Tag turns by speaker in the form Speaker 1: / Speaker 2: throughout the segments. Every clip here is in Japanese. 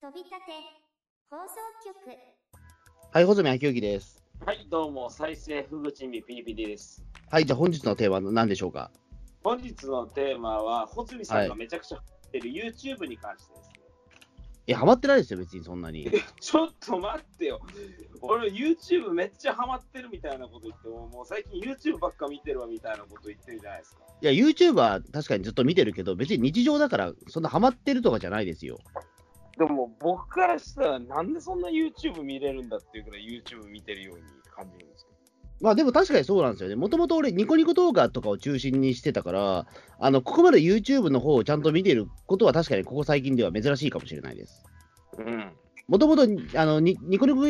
Speaker 1: 飛び立て放送局
Speaker 2: はい、細見明之です。
Speaker 3: はい、どうも、再生ふぐちみピリピリです。
Speaker 2: はい、じゃあ本日のテーマは何でしょうか
Speaker 3: 本日のテーマは、ほつみさんがめちゃくちゃハマってる YouTube に関してですね。
Speaker 2: いや、ハマってないですよ、別にそんなに。
Speaker 3: ちょっと待ってよ。俺、YouTube めっちゃハマってるみたいなこと言っても、もう最近 YouTube ばっか見てるわみたいなこと言ってるじゃないですか。
Speaker 2: いや、YouTube は確かにずっと見てるけど、別に日常だから、そんなハマってるとかじゃないですよ。
Speaker 3: でも、僕からしたら、なんでそんな YouTube 見れるんだっていうくらい YouTube 見てるように感じるんですけ
Speaker 2: まあでも確かにそうなんですよね。もともと俺、ニコニコ動画とかを中心にしてたから、あの、ここまで YouTube の方をちゃんと見てることは確かにここ最近では珍しいかもしれないです。
Speaker 3: ど。うん。
Speaker 2: もともと、あの、ニニコニコ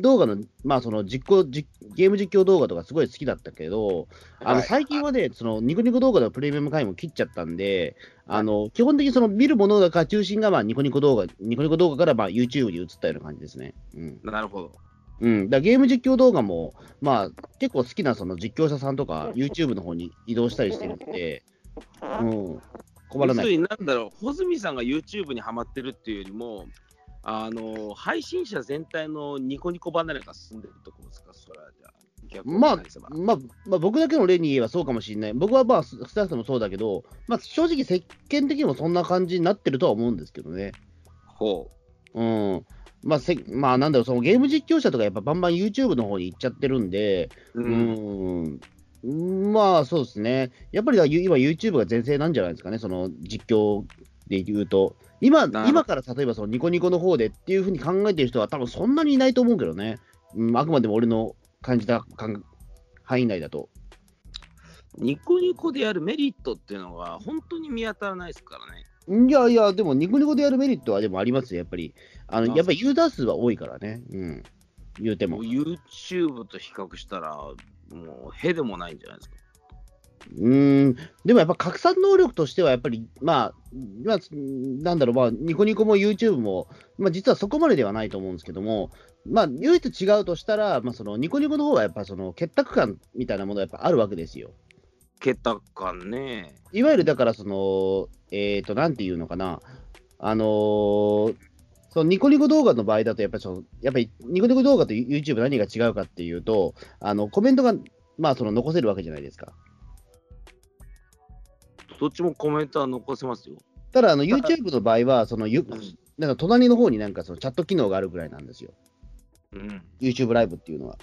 Speaker 2: 動画の、まあその実況、実ゲーム実況動画とかすごい好きだったけど、あの最近はね、そのニコニコ動画のプレミアム会員も切っちゃったんで、あの基本的にその見るものが中心がまあニコニコ動画、ニコニコ動画からまあ YouTube に移ったような感じですね。うん。
Speaker 3: なるほど。
Speaker 2: うん、だからゲーム実況動画も、まあ結構好きなその実況者さんとか YouTube の方に移動したりしてるんで、うん、困らな
Speaker 3: 要す
Speaker 2: い。
Speaker 3: るになんだろう、穂積さんが YouTube にハマってるっていうよりも、あの配信者全体のニコニコ離れが進んでるところですか、それはじゃあ、逆に
Speaker 2: まあ
Speaker 3: 何様
Speaker 2: まあまあ、僕だけの例に言えばそうかもしれない、僕はまあ、スタッフもそうだけど、まあ、正直、世間的にもそんな感じになってるとは思うんですけどね。
Speaker 3: ほ
Speaker 2: うん。まあ、せまあ、なんだろう、そのゲーム実況者とかやっぱバンバン YouTube の方に行っちゃってるんで、
Speaker 3: う、
Speaker 2: う
Speaker 3: うん
Speaker 2: ん。まあ、そうですね。やっぱりだからゆ今 YouTube が全盛なんじゃないですかね、その実況で言うと。今、
Speaker 3: なるほど
Speaker 2: 今から例えばそのニコニコの方でっていうふうに考えてる人は多分そんなにいないと思うけどね。うん、あくまでも俺の感じた感範囲内だと。
Speaker 3: ニコニコでやるメリットっていうのが本当に見当たらないですからね。
Speaker 2: いやいや、でもニコニコでやるメリットはでもありますよ、やっぱり。あ
Speaker 3: あ
Speaker 2: のやっぱりユーザー数は多いからね。うん。言うても。
Speaker 3: YouTube と比較したら、もう、へでもないんじゃないですか。
Speaker 2: うーんでもやっぱ拡散能力としては、やっぱり、まあ、まあ、うんなんだろう、まあ、ニコニコも YouTube も、まあ、実はそこまでではないと思うんですけども、まあ、唯一違うとしたら、まあ、そのニコニコの方はやっぱその結託感みたいなものがやっぱあるわけですよ。
Speaker 3: ケタかね。
Speaker 2: いわゆるだから、その、えっ、と、なんていうのかな、あのーそのニコニコ動画の場合だと、やっぱりその、やっぱりニコニコ動画と YouTube 何が違うかっていうと、あのコメントが、まあ、その残せるわけじゃないですか。
Speaker 3: どっちもコメントは残せますよ。
Speaker 2: ただあの YouTube の場合はそのゆ、
Speaker 3: ん
Speaker 2: なんか隣の方になんかそのチャット機能があるぐらいなんですよ、
Speaker 3: うん。
Speaker 2: YouTube ライブっていうのは。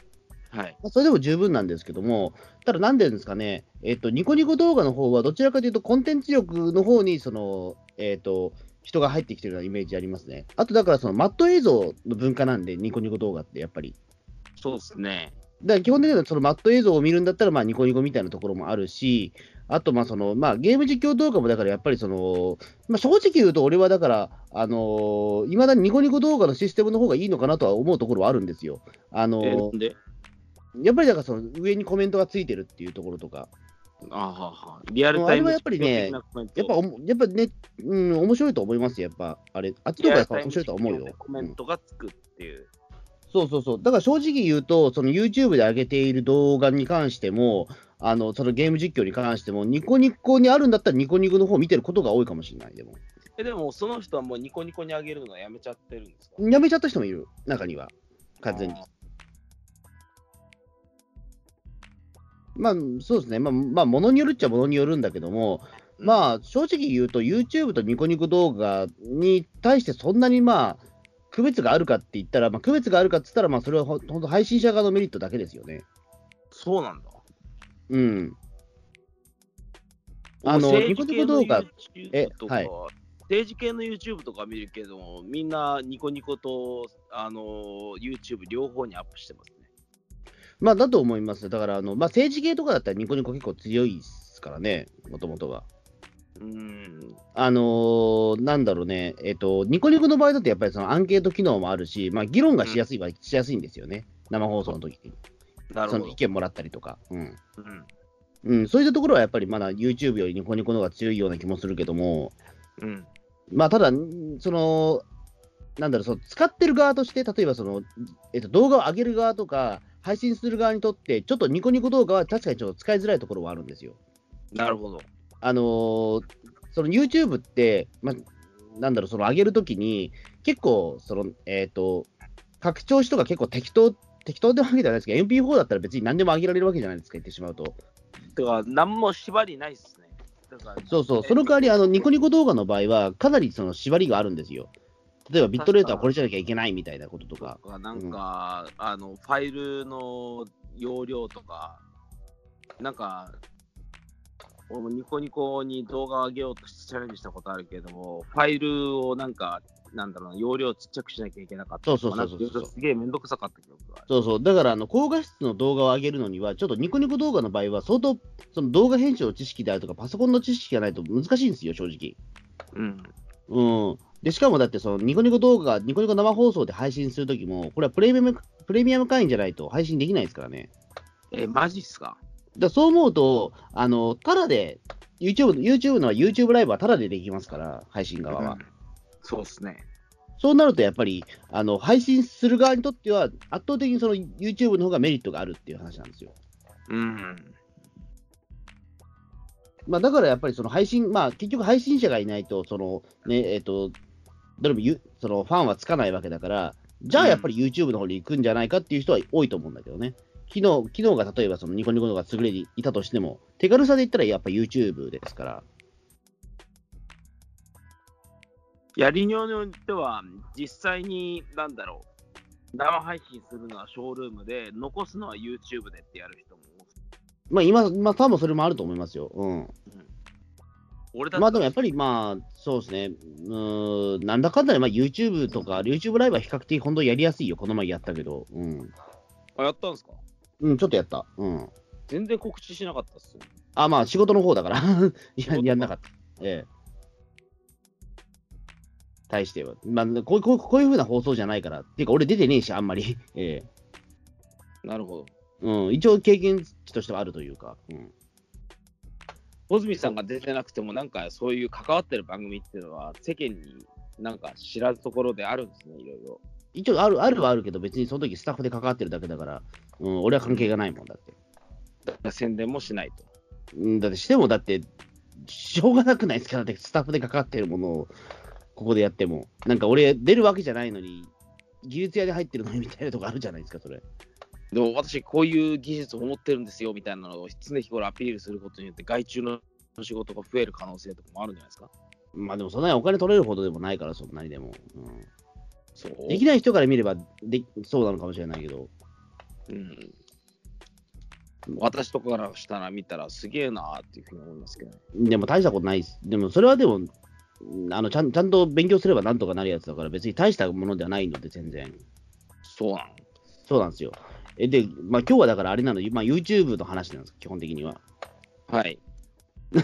Speaker 3: はい。
Speaker 2: まあそれでも十分なんですけども、ただ、なんでですかね、えっと、ニコニコ動画の方は、どちらかというと、コンテンツ力の方にその、えっと、人が入ってきてるようなイメージありますね。あと、だからその、マット映像の文化なんで、ニコニコ動画ってやっぱり。
Speaker 3: そうですね。
Speaker 2: だから基本的にはそのマット映像を見るんだったら、まあ、ニコニコみたいなところもあるし、あとまあその、まあ、ゲーム実況動画もだからやっぱりその、まあ、正直言うと、俺はだから、あのいまだにニコニコ動画のシステムの方がいいのかなとは思うところはあるんですよ。あ
Speaker 3: え
Speaker 2: の
Speaker 3: ーなんで
Speaker 2: やっぱりだからその上にコメントがついてるっていうところとか、
Speaker 3: あはは。リアルタイム
Speaker 2: あれはやっぱりね
Speaker 3: 実況的なコメント
Speaker 2: やっぱおもやっぱね、うん、面白いと思いますよ、やっぱ、あれ、あっちの方がやっぱ面白いとは思うよ。
Speaker 3: コメ
Speaker 2: うん
Speaker 3: ントがつくっていう。
Speaker 2: そうそうそう、だから正直言うと、その YouTube で上げている動画に関しても、あのそのゲーム実況に関しても、ニコニコにあるんだったら、ニコニコの方を見てることが多いかもしれない、でも。
Speaker 3: え、でもその人はもうニコニコにあげるのはやめちゃってるんですか
Speaker 2: やめちゃった人もいる、中には、完全に。まあ、そうですね、まあ、まあ、ものによるっちゃものによるんだけども、
Speaker 3: あ、
Speaker 2: まあ、正直言うと、YouTube とニコニコ動画に対して、そんなにまあ、区別があるかって言ったら、まあ、区別があるかって言ったら、まあ、それはほん本当、配信者側のメリットだけですよね。
Speaker 3: そうなんだ。
Speaker 2: うん。あの
Speaker 3: 政治系の
Speaker 2: ニコニコ動画
Speaker 3: YouTube
Speaker 2: え
Speaker 3: とか
Speaker 2: はい
Speaker 3: 政治系の YouTube とか見るけど、みんなニコニコとあの YouTube 両方にアップしてますね。
Speaker 2: まあ、だと思います。だから、あのまあ、政治系とかだったらニコニコ結構強いですからね、もともとが。
Speaker 3: うーん。
Speaker 2: あのーなんだろうね、えっと、ニコニコの場合だとやっぱりそのアンケート機能もあるし、まあ、議論がしやすいはしやすいんですよね、生放送の時に。
Speaker 3: なる
Speaker 2: そ
Speaker 3: ほ
Speaker 2: の
Speaker 3: ど
Speaker 2: 意。見もらったりとか。うん。
Speaker 3: うん
Speaker 2: うん、そういったところはやっぱりまだ YouTube よりニコニコの方が強いような気もするけども、
Speaker 3: うん。
Speaker 2: まあ、ただ、んその、なんだろう、その使ってる側として、例えばその、えっと、動画を上げる側とか、配信する側にとって、ちょっとニコニコ動画は確かにちょっと使いづらいところはあるんですよ。
Speaker 3: なるほど。
Speaker 2: あのーその YouTube って、まあ、なんだろう、その上げるときに、結構、その、えっ、と、拡張子とか結構適当、適当でわけじゃないですけど、MP4 だったら別に何でも上げられるわけじゃないですか、言ってしまうと。
Speaker 3: だから、何も縛りないっすね。だから
Speaker 2: そうそう、その代わり、あのニコニコ動画の場合は、かなりその縛りがあるんですよ。例えば、ビットレートはこれじゃなきゃいけないみたいなこととか。
Speaker 3: とかなんか、あのファイルの容量とか、なんか、俺もニコニコに動画を上げようとしてチャレンジしたことあるけども、ファイルをなんか、なんだろうな、容量をちっちゃくしなきゃいけなかったとか
Speaker 2: そうそうそうそう
Speaker 3: なんかいろいろすげえめんどくさかった記憶がある。
Speaker 2: そうそう、だからあの高画質の動画を上げるのには、ちょっとニコニコ動画の場合は、相当その動画編集の知識であるとか、パソコンの知識がないと難しいんですよ、正直。
Speaker 3: うん。
Speaker 2: うん。で、しかもだって、そのニコニコ動画、ニコニコ生放送で配信するときも、これはプレミアムプレミアム会員じゃないと配信できないですからね。
Speaker 3: え、マジっすか
Speaker 2: だからそう思うと、あの、ただで、YouTube, YouTube の YouTube ライブはただでできますから、配信側は。
Speaker 3: うんそうっすね。
Speaker 2: そうなると、やっぱりあの配信する側にとっては、圧倒的にその YouTube の方がメリットがあるっていう話なんですよ。
Speaker 3: うん。
Speaker 2: まあ、だからやっぱりその配信、まあ、結局配信者がいないと、そのねえっとどれもゆそのファンはつかないわけだから、じゃあやっぱり YouTube の方に行くんじゃないかっていう人は多いと思うんだけどね。機能機能が例えばそのニコニコの方が優れていたとしても、手軽さで言ったらやっぱ YouTube ですから。
Speaker 3: やりにょによっては、実際に、なんだろう、生配信するのはショールームで、残すのは YouTube でってやる人も多くて
Speaker 2: まあ今、まあ、多分それもあると思いますよ。うん。
Speaker 3: 俺だ
Speaker 2: まあ
Speaker 3: っ
Speaker 2: で
Speaker 3: た
Speaker 2: もや
Speaker 3: ら
Speaker 2: っぱりまあ、そうですね、うーん、なんだかんだで、まあ、YouTube とか、YouTube ライブは比較的本当やりやすいよ、この前やったけど、うん、
Speaker 3: あやったんですか
Speaker 2: うん、ちょっとやった、うん。
Speaker 3: 全然告知しなかったっすよ。
Speaker 2: あ、まあ仕事の方だから、
Speaker 3: 仕
Speaker 2: や
Speaker 3: 事か
Speaker 2: やんなかった。ええ。対しては、まあこうこう、こういうふうな放送じゃないから、っていうか、俺出てねえし、あんまり、 ええ。
Speaker 3: なるほど。
Speaker 2: うん、一応経験値としてはあるというか、うん。
Speaker 3: 穂積さんが出てなくても、なんかそういう関わってる番組っていうのは、世間になんか知らずところであるんですね、いろいろ。
Speaker 2: 一応ある、あるはあるけど、別にその時スタッフで関わってるだけだから、うん、俺は関係がないもんだって。
Speaker 3: だから宣伝もしないと。
Speaker 2: うんだってしてもだって、しょうがなくないですかだってスタッフでかかってるものをここでやっても。なんか俺、出るわけじゃないのに、技術屋で入ってるのにみたいなとこあるじゃないですか、それ。
Speaker 3: でも私、こういう技術を持ってるんですよみたいなのを常日頃アピールすることによって、外注の仕事が増える可能性とかもあるんじゃないですか。
Speaker 2: まあでもそんなにお金取れるほどでもないから、そんなにでも。う
Speaker 3: そう。
Speaker 2: ん、できない人から見ればでそうなのかもしれないけど。
Speaker 3: うん、私とかからしたら見たらすげえなーっていうふうに思いますけどね。
Speaker 2: でも大したことないです。でもそれはでも、うんあのちゃんちゃんと勉強すればなんとかなるやつだから、別に大したものではないので、全然。
Speaker 3: そうなの
Speaker 2: そうなんですよ。えで、まあ今日はだからあれなの、まあ、YouTube の話なんです、基本的には。
Speaker 3: はい。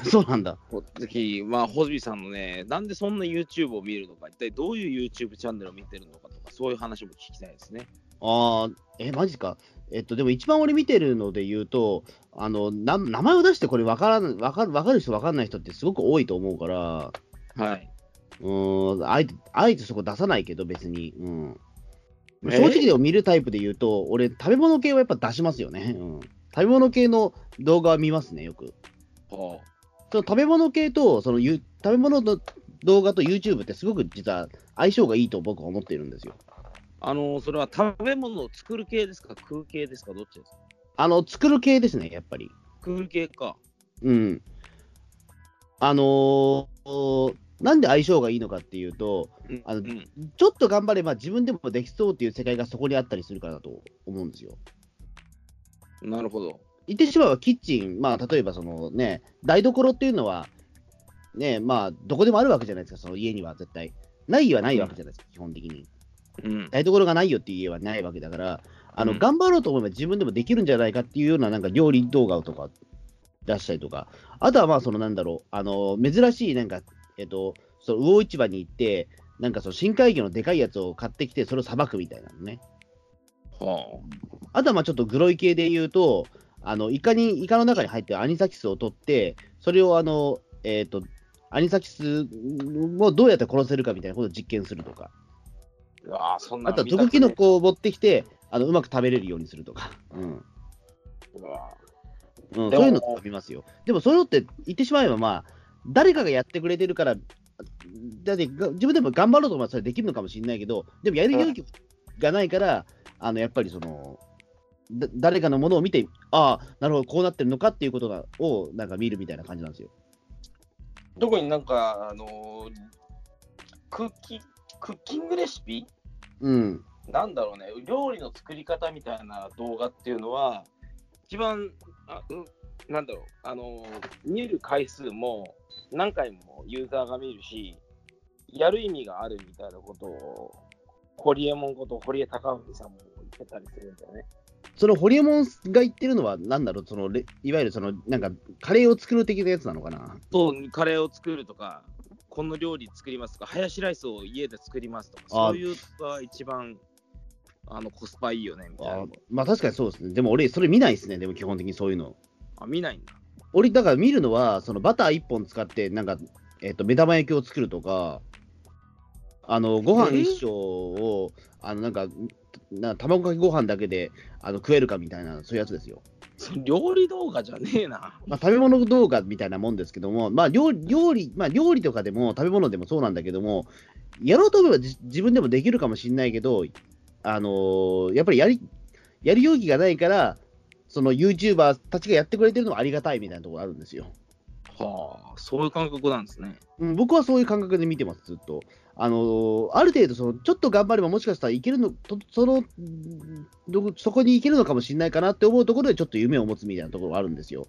Speaker 2: そうなんだ。
Speaker 3: この時、まあ、ホズビさんのね、なんでそんな YouTube を見るのか、一体どういう YouTube チャンネルを見てるのかとか、そういう話も聞きたいですね。
Speaker 2: ああ、え、マジか。えっと、でも一番俺見てるので言うと、あの、な名前を出してこれ分からん、分かる分かる人分かんない人ってすごく多いと思うから、
Speaker 3: はい。
Speaker 2: うーん、あえて、あえてそこ出さないけど別に、うん。
Speaker 3: え
Speaker 2: 正直でも見るタイプで言うと、俺、食べ物系はやっぱ出しますよね。うん。食べ物系の動画は見ますね、よく。
Speaker 3: は
Speaker 2: その食べ物系と、そのゆ食べ物の動画と YouTube ってすごく実は相性がいいと僕は思っているんですよ。
Speaker 3: あ、あのそれは食べ物を作る系ですか、食う系ですか、どっちですか
Speaker 2: あの、作る系ですね、やっぱり。
Speaker 3: 食う系か。
Speaker 2: うん。あのーなんで相性がいいのかっていうと、
Speaker 3: うん
Speaker 2: あの
Speaker 3: うん
Speaker 2: ちょっと頑張れば自分でもできそうっていう世界がそこにあったりするからだと思うんですよ。
Speaker 3: なるほど。
Speaker 2: 言ってしまえばキッチン、まあ、例えばそのね、台所っていうのは、ね、まあ、どこでもあるわけじゃないですか、その家には絶対。ない家はないわけじゃないですか、基本的に。
Speaker 3: うん。
Speaker 2: 台所がないよっていう家はないわけだから、あの、
Speaker 3: うん
Speaker 2: 頑張ろうと思えば自分でもできるんじゃないかっていうようななんか料理動画とか出したりとか、あとはまあそのなんだろう、あの珍しいなんか、えっと、その魚市場に行って、なんかその深海魚のでかいやつを買ってきて、それをさばくみたいなのね。
Speaker 3: は
Speaker 2: あとはまあちょっとグロい系で言うと、あのイカにイカの中に入ってるアニサキスを取って、それをあの、えっと、アニサキスをどうやって殺せるかみたいなことを実験するとか。
Speaker 3: あ。うわあ、そんな
Speaker 2: あとは
Speaker 3: 見た
Speaker 2: 毒
Speaker 3: く
Speaker 2: キ
Speaker 3: ね
Speaker 2: ノコを持ってきて、あのうまく食べれるようにするとか、うん
Speaker 3: うわ
Speaker 2: うん
Speaker 3: で
Speaker 2: そう
Speaker 3: も
Speaker 2: いうのとか見ますよ。でもそういうのって言ってしまえば、まあ、誰かがやってくれてるから、だってが自分でも頑張ろうと思ったらそれできるのかもしれないけど、でもやる勇気がないから、あのやっぱりその、だ誰かのものを見て、ああ、なるほど、こうなってるのかっていうことがをなんか見るみたいな感じなんですよ。
Speaker 3: 特になんか、あのークッキクッキングレシピ
Speaker 2: うん。
Speaker 3: なんだろうね、料理の作り方みたいな動画っていうのは、一番、あうん、なんだろう、あのー見る回数も何回もユーザーが見るし、やる意味があるみたいなことを、堀江門こと堀江貴文さんも言ってたりするんだよね。
Speaker 2: そのホリエモンが言ってるのは、なんだろう、そのレいわゆるその、なんか、カレーを作る的なやつなのかな。
Speaker 4: そう、カレーを作るとか、この料理作りますとか、ハヤシライスを家で作りますとか、
Speaker 2: あ
Speaker 4: そういうのが一番あのコスパいいよねみたいな
Speaker 2: あ。まあ確かにそうですね。でも俺、それ見ないですね、でも基本的にそういうの。
Speaker 4: あ、見ないんだ。
Speaker 2: 俺、だから見るのは、そのバター1本使って、なんか、えっ、と、目玉焼きを作るとか、あの、ご飯一升を、あの、なんか、な卵かけご飯だけであの食えるかみたいな、そういうやつですよ。
Speaker 4: それ料理動画じゃねえな。
Speaker 2: まあ、食べ物動画みたいなもんですけども、まあ料料理、まあ、料理とかでも食べ物でもそうなんだけども、やろうと思えばじ自分でもできるかもしれないけど、あのーやっぱりやりやる勇気がないから、その YouTuber たちがやってくれてるのはありがたいみたいなところあるんですよ。
Speaker 4: はあ、そういう感覚なんですね。
Speaker 2: うん、僕はそういう感覚で見てます、ずっと。あのーある程度その、ちょっと頑張れば、もしかしたらいけるのとそのうんど、そこに行けるのかもしれないかなって思うところで、ちょっと夢を持つみたいなところがあるんですよ。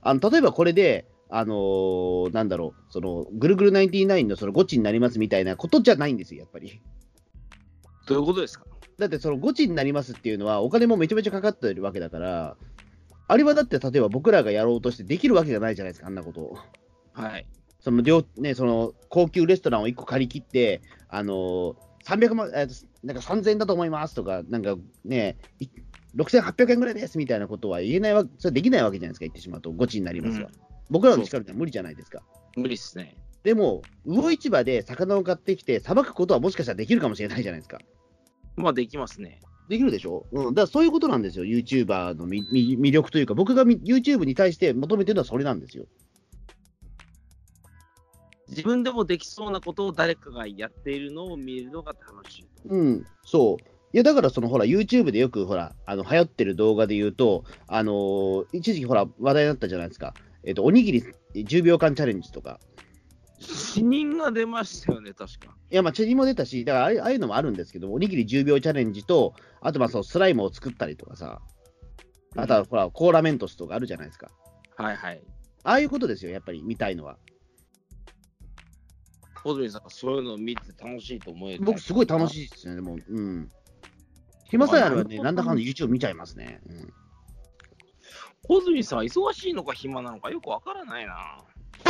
Speaker 2: あの例えばこれで、あのーなんだろう、そのぐるぐる99のそのゴチになりますみたいなことじゃないんですよ、やっぱり。
Speaker 4: どういうことですか
Speaker 2: だって、そのゴチになりますっていうのは、お金もめちゃめちゃかかってるわけだから、あれはだって、例えば僕らがやろうとしてできるわけがないじゃないですか、あんなこと。
Speaker 4: はい。
Speaker 2: その料ね、その高級レストランを1個借り切って、あのー、300万、えーとなんか3000円だと思いますとか、なんかね、い6800円ぐらいですみたいなことは言えないわそれできないわけじゃないですか、言ってしまうと、ゴチになりますが、
Speaker 4: うん
Speaker 2: 僕らの力では無理じゃないですか。
Speaker 4: 無理っすね。
Speaker 2: でも、魚市場で魚を買ってきて、さばくことはもしかしたらできるかもしれないじゃないですか。
Speaker 4: まあできますね。
Speaker 2: できるでしょ、うん、だからそういうことなんですよ、YouTuber のみみ魅力というか、僕がみ YouTube に対して求めてるのはそれなんですよ。
Speaker 4: 自分でもできそうなことを誰かがやっているのを見るのが楽しい。
Speaker 2: うん、そう。いや、だから、その、ほら、YouTube でよく、ほら、あの、流行ってる動画で言うと、あのー一時期、ほら、話題になったじゃないですか。えっ、と、おにぎり10秒間チャレンジとか。
Speaker 4: 死人が出ましたよね、確か。
Speaker 2: いや、まあ、チェリも出たし、だからああいう、ああいうのもあるんですけど、おにぎり10秒チャレンジと、あと、まあ、その、スライムを作ったりとかさ、あとは、ほら、コーラメントスとかあるじゃないですか。
Speaker 4: はいはい。
Speaker 2: ああいうことですよ、やっぱり、見たいのは。
Speaker 4: ホズミさんがそういうのを見て楽しいと思える。
Speaker 2: 僕、すごい楽しいですね、でも、うん。暇さえあればね、なんだかんだ YouTube 見ちゃいますね。うん
Speaker 4: ホズミさんは忙しいのか暇なのかよくわからないな。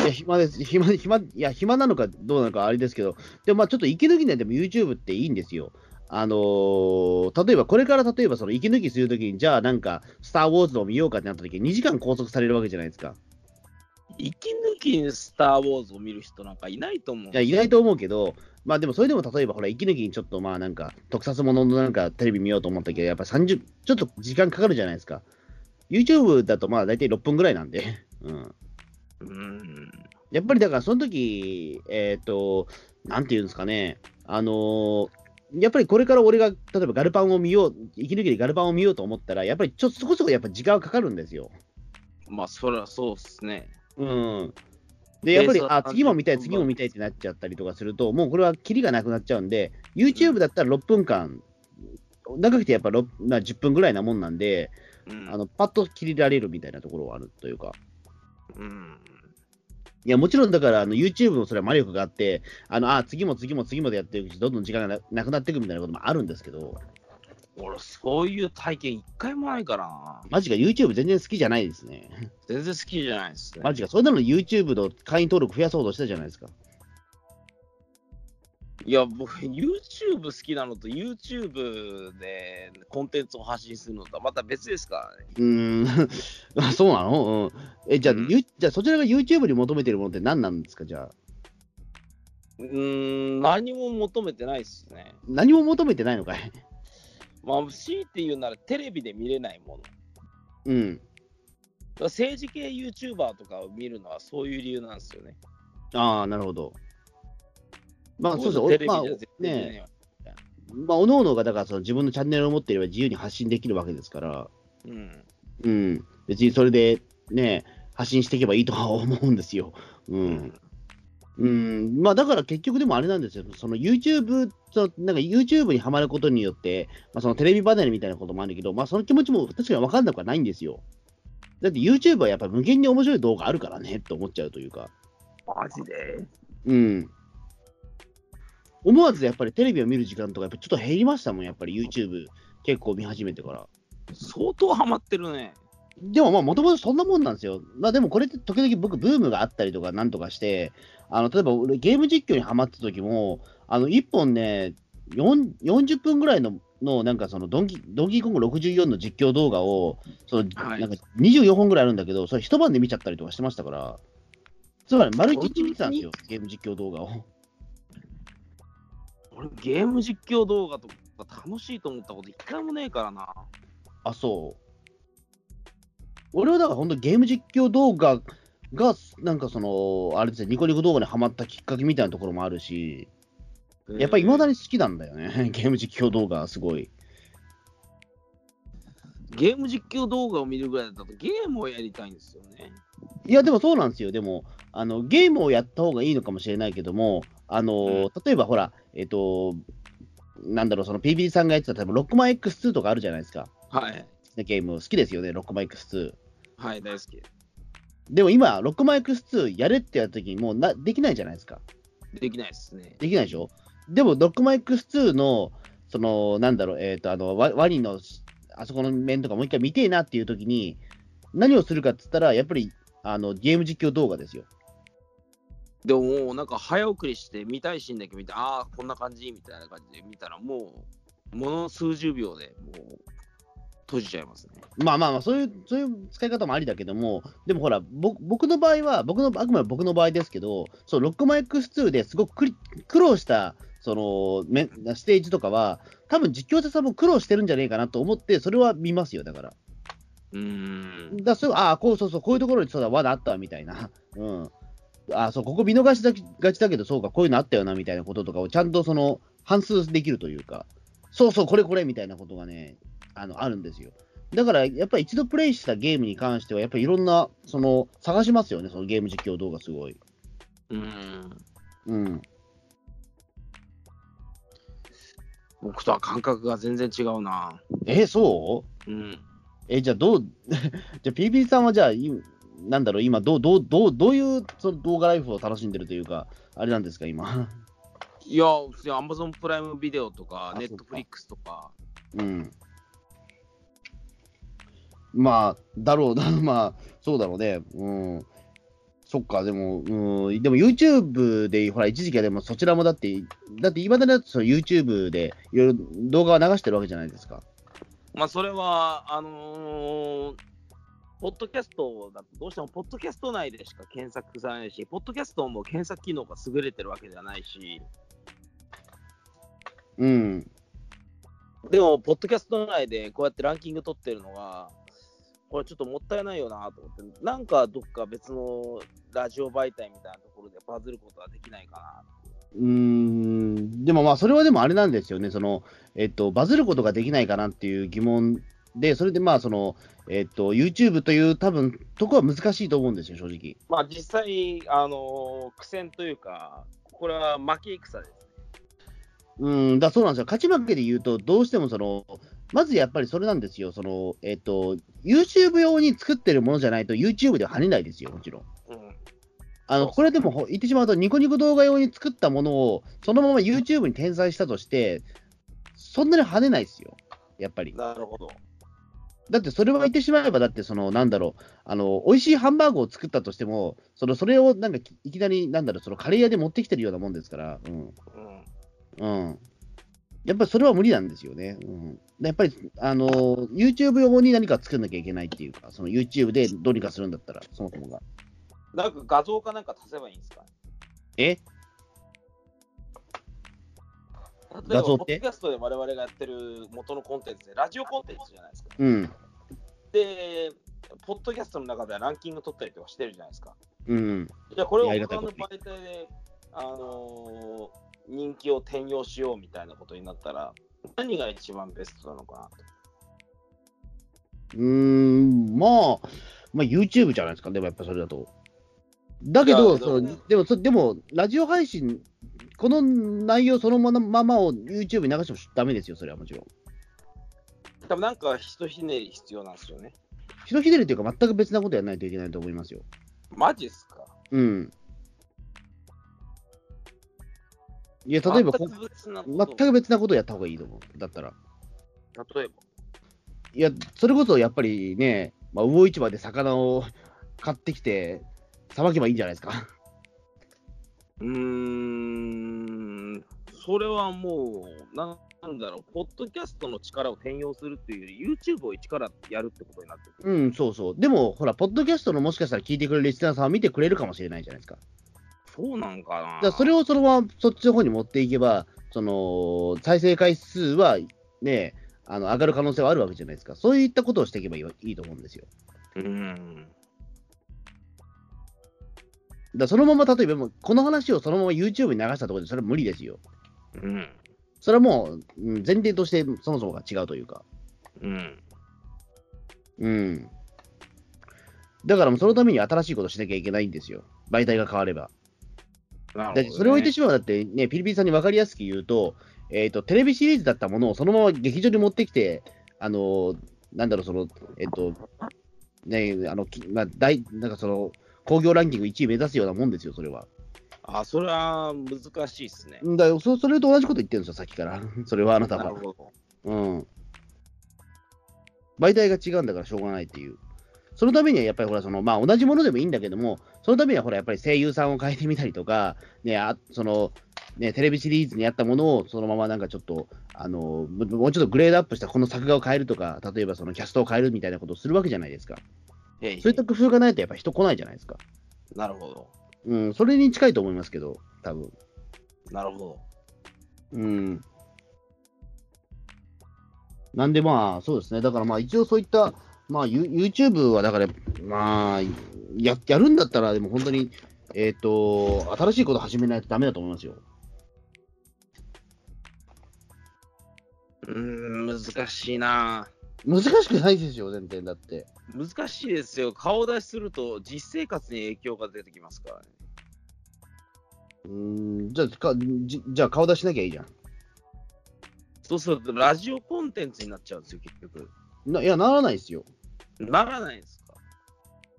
Speaker 2: いや、暇です。 暇、暇、いや、暇なのかどうなのかあれですけど、でもまあちょっと息抜きね、でも YouTube っていいんですよ。あのー例えば、これから例えばその息抜きするときに、じゃあなんか、スター・ウォーズを見ようかってなったときに、2時間拘束されるわけじゃないですか。
Speaker 4: 息抜きにスター・ウォーズを見る人なんかいないと思う。
Speaker 2: いや、意外と思うけど、まあでもそれでも例えば、ほら、息抜きにちょっとまあなんか、特撮もののなんかテレビ見ようと思ったけど、やっぱ30、ちょっと時間かかるじゃないですか。YouTube だとまあ大体6分ぐらいなんで、 うん。
Speaker 4: うーん。
Speaker 2: やっぱりだから、その時えっ、と、なんていうんですかね、あのーやっぱりこれから俺が、例えばガルパンを見よう、息抜きでガルパンを見ようと思ったら、やっぱりちょっとそこそこやっぱ時間はかかるんですよ。
Speaker 4: まあ、そりゃそうっすね。
Speaker 2: うん。で、やっぱり、
Speaker 4: ベースは
Speaker 2: あ、次も見たい、
Speaker 4: 30
Speaker 2: 次も見たいってなっちゃったりとかすると、もうこれはキリがなくなっちゃうんで、YouTube だったら6分間、長くてやっぱ6、まあ、10分ぐらいなもんなんで、
Speaker 4: うん。
Speaker 2: あのパッと切りられるみたいなところはあるというか。
Speaker 4: うん、
Speaker 2: いや、もちろんだから、あの YouTube もそれは魔力があって、あの、あ、次も次も次もでやっていくし、どんどん時間がななくなっていくみたいなこともあるんですけど、
Speaker 4: 俺、そういう体験一回もないからな。
Speaker 2: マジか YouTube 全然好きじゃないですね。
Speaker 4: 全然好きじゃないですね。
Speaker 2: マジか、それなのに YouTube の会員登録増やそうとしたじゃないですか。
Speaker 4: いや、僕、YouTube 好きなのと、YouTube でコンテンツを発信するのとはまた別ですからね。
Speaker 2: うーん、 あそうなのうん。え、じゃあ、
Speaker 4: うん
Speaker 2: ゆじゃあそちらが YouTube に求めてるものって何なんですかじゃあ、
Speaker 4: うーん、何も求めてないですね。
Speaker 2: 何も求めてないのかい
Speaker 4: まあ、強いて言うなら、テレビで見れないもの。だか
Speaker 2: うん。
Speaker 4: ら政治系 YouTuber とかを見るのはそういう理由なんですよね。
Speaker 2: ああ、なるほど。まあ、そうそう、
Speaker 3: テ
Speaker 2: お
Speaker 3: レビじ
Speaker 2: まあ
Speaker 3: ゃ絶、対できない
Speaker 2: ね
Speaker 3: わ
Speaker 2: まあ、おのおのが、だから、その自分のチャンネルを持っていれば自由に発信できるわけですから、
Speaker 3: うん。
Speaker 2: うん、別にそれで、ね、発信していけばいいとは思うんですよ。うん。うん、まあ、だから結局でもあれなんですよ、その YouTube、そのなんか YouTube にはまることによって、まあ、そのテレビ離れみたいなこともあるけど、まあ、その気持ちも確かに分かんなくはないんですよ。だって YouTube はやっぱり無限に面白い動画あるからねと思っちゃうというか。
Speaker 4: マジで
Speaker 2: うん。思わずやっぱりテレビを見る時間とか、やっぱちょっと減りましたもん、やっぱり YouTube 結構見始めてから。
Speaker 4: 相当ハマってるね。
Speaker 2: でもまあ、もともとそんなもんなんですよ。まあでもこれって時々僕、ブームがあったりとかなんとかして、あの例えば俺、ゲーム実況にハマった時も、あの1本ね、4 40分ぐらいの、のなんかそのドンキ、ドンキーコング64の実況動画を、その
Speaker 4: はい
Speaker 2: なんか24本ぐらいあるんだけど、それ一晩で見ちゃったりとかしてましたから、つまり丸一日見てたんですよ、ゲーム実況動画を。
Speaker 4: 俺、ゲーム実況動画とか楽しいと思ったこと一回もねえからな。
Speaker 2: あ、そう。俺はだから本当ゲーム実況動画が、なんかその、あれですね、ニコニコ動画にハマったきっかけみたいなところもあるし、やっぱり未だ
Speaker 4: に。
Speaker 2: に好きなんだよね、 ゲーム実況動画、すごい。
Speaker 4: ゲーム実況動画を見るぐらいだとゲームをやりたいんですよね。
Speaker 2: いや、でもそうなんですよ、でも、あのゲームをやった方がいいのかもしれないけども、あの例えばほら、えっ、と、なんだろう、その PB さんがやってた、多分ロックマン X2 とかあるじゃないですか、
Speaker 4: はい。
Speaker 2: ゲーム、好きですよね、ロックマン X2。
Speaker 4: はい、大好き。
Speaker 2: でも今、ロックマン X2 やれってやった時に、もうなできないじゃないですか。
Speaker 4: できないですね。
Speaker 2: できないでしょでも、ドックマイクス2の、その、なんだろう、えっ、と、あの、ワワニの、あそこの面とかもう一回見てえなっていう時に、何をするかっつったら、やっぱり、あの、ゲーム実況動画ですよ。
Speaker 4: でももうなんか早送りして見たいシーンだけ見て、ああ、こんな感じみたいな感じで見たらもう、もの数十秒でもう閉じちゃいますね。
Speaker 2: まあまあまあ、そういう、そういう使い方もありだけども、でもほら、ぼ僕の場合は、僕の、あくまで僕の場合ですけど、そう、ロックマイクス2ですごくくり苦労した、その、めステージとかは、多分実況者さんも苦労してるんじゃねえかなと思って、それは見ますよ、だから。
Speaker 4: うーん。
Speaker 2: だそうああ、こうそうそう、こういうところにそうだ、罠あったわみたいな。 うん。ああ、そう、ここ見逃しだがちだけど、そうか、こういうのあったよなみたいなこととかをちゃんとその、反数できるというか、そうそう、これこれみたいなことがね、あの、あるんですよ。だから、やっぱり一度プレイしたゲームに関しては、やっぱりいろんな、その、探しますよね、そのゲーム実況動画すごい。
Speaker 4: うーん。
Speaker 2: うん。
Speaker 4: 僕とは感覚が全然違うな。
Speaker 2: え、そう
Speaker 4: うん。
Speaker 2: え、じゃあどう、 じゃあ PP さんはじゃあ、いなんだろう、今、どう、どう、どう、どういうその動画ライフを楽しんでるというか、あれなんですか、今。
Speaker 4: いや、普通に Amazon プライムビデオとか
Speaker 2: あ、
Speaker 4: Netflix
Speaker 2: そうか
Speaker 4: とか、
Speaker 2: うん。まあ、だろうな、 まあ、そうだろうね。うん。そっか、でも、うん、でも YouTube で、ほら、一時期はでもそちらもだって、だって今だになってその YouTube でいろいろ動画を流してるわけじゃないですか。
Speaker 4: まあ、それは、あのーポッドキャストだと、どうしてもポッドキャスト内でしか検索されないし、ポッドキャストも検索機能が優れてるわけではないし、
Speaker 2: うん。
Speaker 4: でも、ポッドキャスト内でこうやってランキング取ってるのが、これちょっともったいないよなと思って、なんかどっか別のラジオ媒体みたいなところでバズることはできないかな。
Speaker 2: うーん、でもまあ、それはでもあれなんですよね、その、えっと、バズることができないかなっていう疑問で、それでまあ、その、えっと、YouTube という多分、とこは難しいと思うんですよ、正直。
Speaker 3: まあ実際、あのー苦戦というか、これは負け戦です。
Speaker 2: うん、だそうなんですよ、勝ち負けで言うと、どうしてもその、まずやっぱりそれなんですよ、そのえっと、YouTube 用に作ってるものじゃないと、YouTube では跳ねないですよ、もちろん。
Speaker 3: うん。
Speaker 2: あのこれでもほ言ってしまうと、ニコニコ動画用に作ったものを、そのまま YouTube に転載したとして、そんなに跳ねないですよ、やっぱり。
Speaker 3: なるほど。
Speaker 2: だってそれは言ってしまえば、だってその、なんだろう、あの美味しいハンバーグを作ったとしても、そのそれをなんかきいきなり、なんだろう、そのカレー屋で持ってきてるようなもんですから。うん
Speaker 3: うん。
Speaker 2: うん。やっぱりそれは無理なんですよね。うん、やっぱり、あのー、YouTube 用に何か作んなきゃいけないっていうか、その YouTube でどうにかするんだったら、そもそもが。
Speaker 3: なんか画像かなんか足せばいいんですか
Speaker 2: え
Speaker 3: 例えば、
Speaker 2: 画像って
Speaker 3: ポッドキャストで我々がやってる元のコンテンツで、ラジオコンテンツじゃないですか。
Speaker 2: うん。
Speaker 3: で、ポッドキャストの中ではランキング取ったりとかしてるじゃないですか。
Speaker 2: うん。
Speaker 3: じゃあこれを
Speaker 2: やり方
Speaker 3: 他
Speaker 2: が
Speaker 3: の媒体で、あの人気を転用しようみたいなことになったら、何が一番ベストなのか
Speaker 2: うーん、まあ、まあ、YouTube じゃないですか、でもやっぱそれだと。だけど、
Speaker 3: いや
Speaker 2: そ
Speaker 3: で
Speaker 2: の
Speaker 3: も
Speaker 2: でもそ、でも、ラジオ配信、この内容そのままままを YouTube に流してもダメですよ、それはもちろん。
Speaker 3: な。多分なんか、ひとひねり必要なんですよね。
Speaker 2: ひとひねりというか、全く別なことやらないといけないと思いますよ。
Speaker 3: マジっすか
Speaker 2: うん。いや、例えば、こ
Speaker 3: 全く別なこと
Speaker 2: 全く別なことをやった方がいいと思う。だったら。
Speaker 3: 例えば。
Speaker 2: いや、それこそやっぱりね、まあ、魚市場で魚を買ってきて、さばけばいいんじゃないですか。
Speaker 3: うーん、それはもう、なんだろう、ポッドキャストの力を転用するっていうより、YouTube を一からやるってことになってくる。
Speaker 2: うん、そうそう。でも、ほら、ポッドキャストのもしかしたら聞いてくれるリスナーさんは見てくれるかもしれないじゃないですか。
Speaker 3: そうなんかな
Speaker 2: だ。からそれをそのままそっちの方に持っていけば、その、再生回数はね、あの上がる可能性はあるわけじゃないですか。そういったことをしていけばいいわいいと思うんですよ。
Speaker 3: うん。
Speaker 2: だからそのまま、例えばもう、この話をそのまま YouTube に流したところで、それは無理ですよ。
Speaker 3: うん。
Speaker 2: それはもう、うん前提としてそもそもが違うというか。
Speaker 3: うん。
Speaker 2: うん。だからもうそのために新しいことしなきゃいけないんですよ。媒体が変われば。
Speaker 3: なるほ
Speaker 2: だ
Speaker 3: どね
Speaker 2: ってそれを言ってしまうだってね、ピリピリさんに分かりやすく言うと、えっ、と、テレビシリーズだったものをそのまま劇場に持ってきて、あのーなんだろう、その、えっ、と、ね、あの、きまあ、大、なんかその、興行ランキング1位目指すようなもんですよ、それは。
Speaker 3: あ、それは難しいっすね。
Speaker 2: だよそ、それと同じこと言ってるんですよ、さっきから。 それはあなた
Speaker 3: なる
Speaker 2: は。
Speaker 3: ほど。
Speaker 2: うん。媒体が違うんだからしょうがないっていう。そのためにはやっぱりほらその、まあ、同じものでもいいんだけども、そのためにはほらやっぱり声優さんを変えてみたりとか、ねあそのね、テレビシリーズにあったものをそのままなんかちょっとあのももうちょっとグレードアップしたこの作画を変えるとか、例えばそのキャストを変えるみたいなことをするわけじゃないですか。
Speaker 3: えい
Speaker 2: そういった工夫がないとやっぱ人来ないじゃないですか。
Speaker 3: なるほど。
Speaker 2: うん、それに近いと思いますけど、多分
Speaker 3: なるほど。
Speaker 2: うん。なんでまあ、そうですね。だからまあ、一応そういった、まあ、ユ YouTube はだから、まあ、ややるんだったら、でも本当に、えっ、と、新しいこと始めないとダメだと思いますよ。
Speaker 3: うーん、難しいな。
Speaker 2: 難しくないですよ、全然だって。
Speaker 3: 難しいですよ。顔出しすると、実生活に影響が出てきますからね。
Speaker 2: うん、じゃあかじ、じゃあ顔出しなきゃいいじゃん。
Speaker 3: そうすると、ラジオコンテンツになっちゃうんですよ、結局。
Speaker 2: ないや、ならないですよ。
Speaker 3: ならないんですか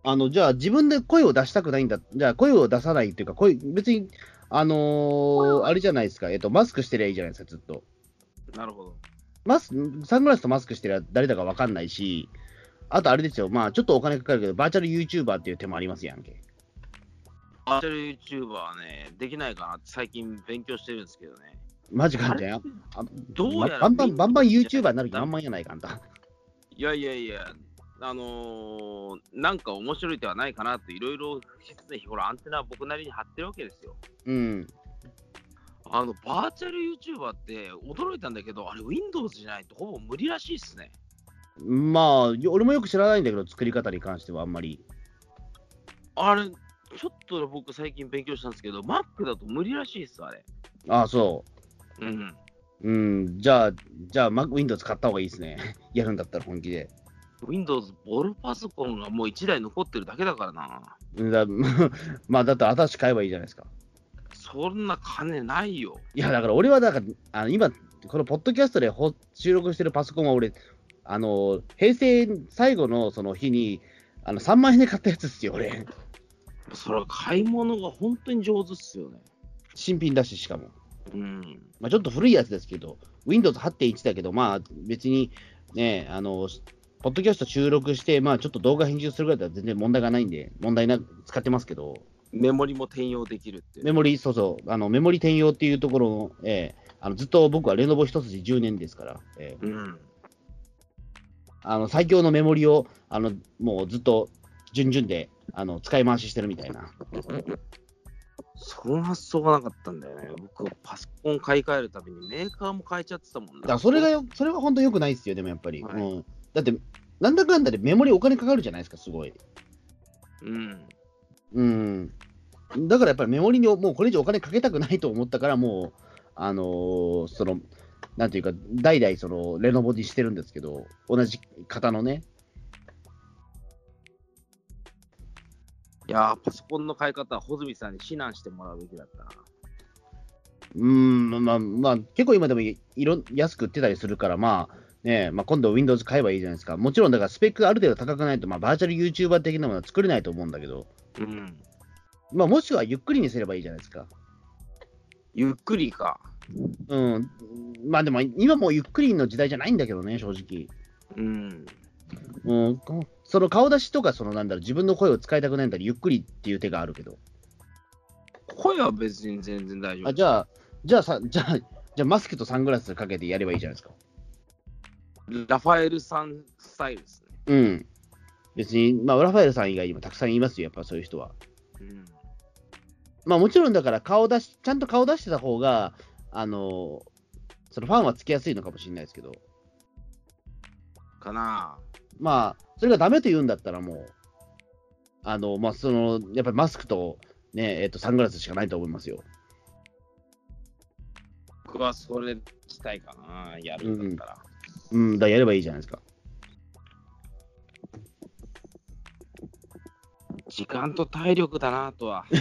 Speaker 2: あの、じゃあ自分で声を出したくないんだ。じゃあ声を出さないっていうか、声、別に、あのーあれじゃないですか。えっ、と、マスクしてりゃいいじゃないですか、ずっと。
Speaker 3: なるほど。
Speaker 2: マスサングラスとマスクしてる誰だか分かんないし、あとあれですよ、まあ、ちょっとお金かかるけど、バーチャル YouTuber っていう手もありますやんけ。
Speaker 3: バーチャル YouTuber はね、できないかなって最近勉強してるんですけどね。
Speaker 2: マジかんじゃん。
Speaker 3: どうやら
Speaker 2: バンバン、バンバン YouTuber になる気
Speaker 3: だ
Speaker 2: 満々やないか、あんた。
Speaker 3: いやいやいや、あのーなんか面白い手はないかなって、いろいろ常日頃アンテナを僕なりに張ってるわけですよ。
Speaker 2: うん。
Speaker 3: あの、バーチャル YouTuber って驚いたんだけど、あれ Windows じゃないとほぼ無理らしいっすね。
Speaker 2: まあ、よ俺もよく知らないんだけど、作り方に関してはあんまり。
Speaker 3: あれ、ちょっと僕最近勉強したんですけど、Mac だと無理らしいっす、あれ。
Speaker 2: ああ、そ
Speaker 3: うん。
Speaker 2: う。うん、じゃあ、じゃあ、Mac Windows 買った方がいいですね。 やるんだったら本気で。
Speaker 3: Windows ボルパソコンがもう1台残ってるだけだからな。
Speaker 2: うんだ まあ、だって新しく買えばいいじゃないですか。
Speaker 3: そんな金ないよ。
Speaker 2: いや、だから俺はだから、あの今、このポッドキャストでほ収録してるパソコンは俺、あの平成最後のその日にあの3万円で買ったやつっすよ、俺。
Speaker 3: それは買い物が本当に上手っすよね。
Speaker 2: 新品だし、しかも。
Speaker 3: うん。
Speaker 2: まあ、ちょっと古いやつですけど、Windows8.1 だけど、まあ別にね、あの、ポッドキャスト収録して、まあちょっと動画編集するぐらいだったら全然問題がないんで、問題なく使ってますけど、
Speaker 3: メモリも転用できるっていう。
Speaker 2: メモリ、そうそう、あのメモリ転用っていうところの、ええあのずっと僕はレノボ一筋10年ですから、ええ
Speaker 3: うん。
Speaker 2: あの最強のメモリをあのもうずっと順々であの使い回ししてるみたいな。
Speaker 3: その発想がなかったんだよね。僕、パソコン買い替えるたびにメーカーも変えちゃってたもん
Speaker 2: だ
Speaker 3: な
Speaker 2: からそれがよそれが本当良くないですよ、でもやっぱり。
Speaker 3: はい
Speaker 2: うん、だって、なんだかんだでメモリお金かかるじゃないですか、すごい。
Speaker 3: うん。
Speaker 2: うん。だからやっぱりメモリにもうこれ以上お金かけたくないと思ったから、もうあのーその、なんていうか、代々そのレノボにしてるんですけど、同じ型のね、
Speaker 3: いやー、パソコンの買い方は穂積さんに指南してもらうべきだったな。
Speaker 2: うーん、まあ、まあ、結構今でもいいろ安く売ってたりするから、まあ、ねまあ、今度 Windows 買えばいいじゃないですか。もちろん、だからスペックがある程度高くないと、まあ、バーチャル YouTuber 的なものは作れないと思うんだけど、
Speaker 3: うん。
Speaker 2: まあ、もしくはゆっくりにすればいいじゃないですか。
Speaker 3: ゆっくりか。
Speaker 2: うん、まあでも今もうゆっくりの時代じゃないんだけどね、正直。
Speaker 3: うん。
Speaker 2: うん、こその顔出しとか、そのなんだろう、自分の声を使いたくないんだら、ゆっくりっていう手があるけど。
Speaker 3: 声は別に全然大丈夫。
Speaker 2: あじゃあ、じゃあさ、じゃあ、じゃあマスクとサングラスかけてやればいいじゃないですか。
Speaker 3: ラファエルさんスタイルですね。
Speaker 2: うん。別に、まあ、ラファエルさん以外にもたくさんいますよ、やっぱそういう人は。
Speaker 3: うん。
Speaker 2: まあもちろんだから、顔出し、ちゃんと顔出してた方が、あの、そのファンはつきやすいのかもしれないですけど、
Speaker 3: かな
Speaker 2: まあ、それがダメと言うんだったら、もう、あの、まあ、その、やっぱりマスクと、ね、えっと、サングラスしかないと思いますよ。
Speaker 3: 僕はそれしたいかなやるんだったら。
Speaker 2: うん、だからやればいいじゃないですか。
Speaker 3: 時間と体力だなとは。
Speaker 2: い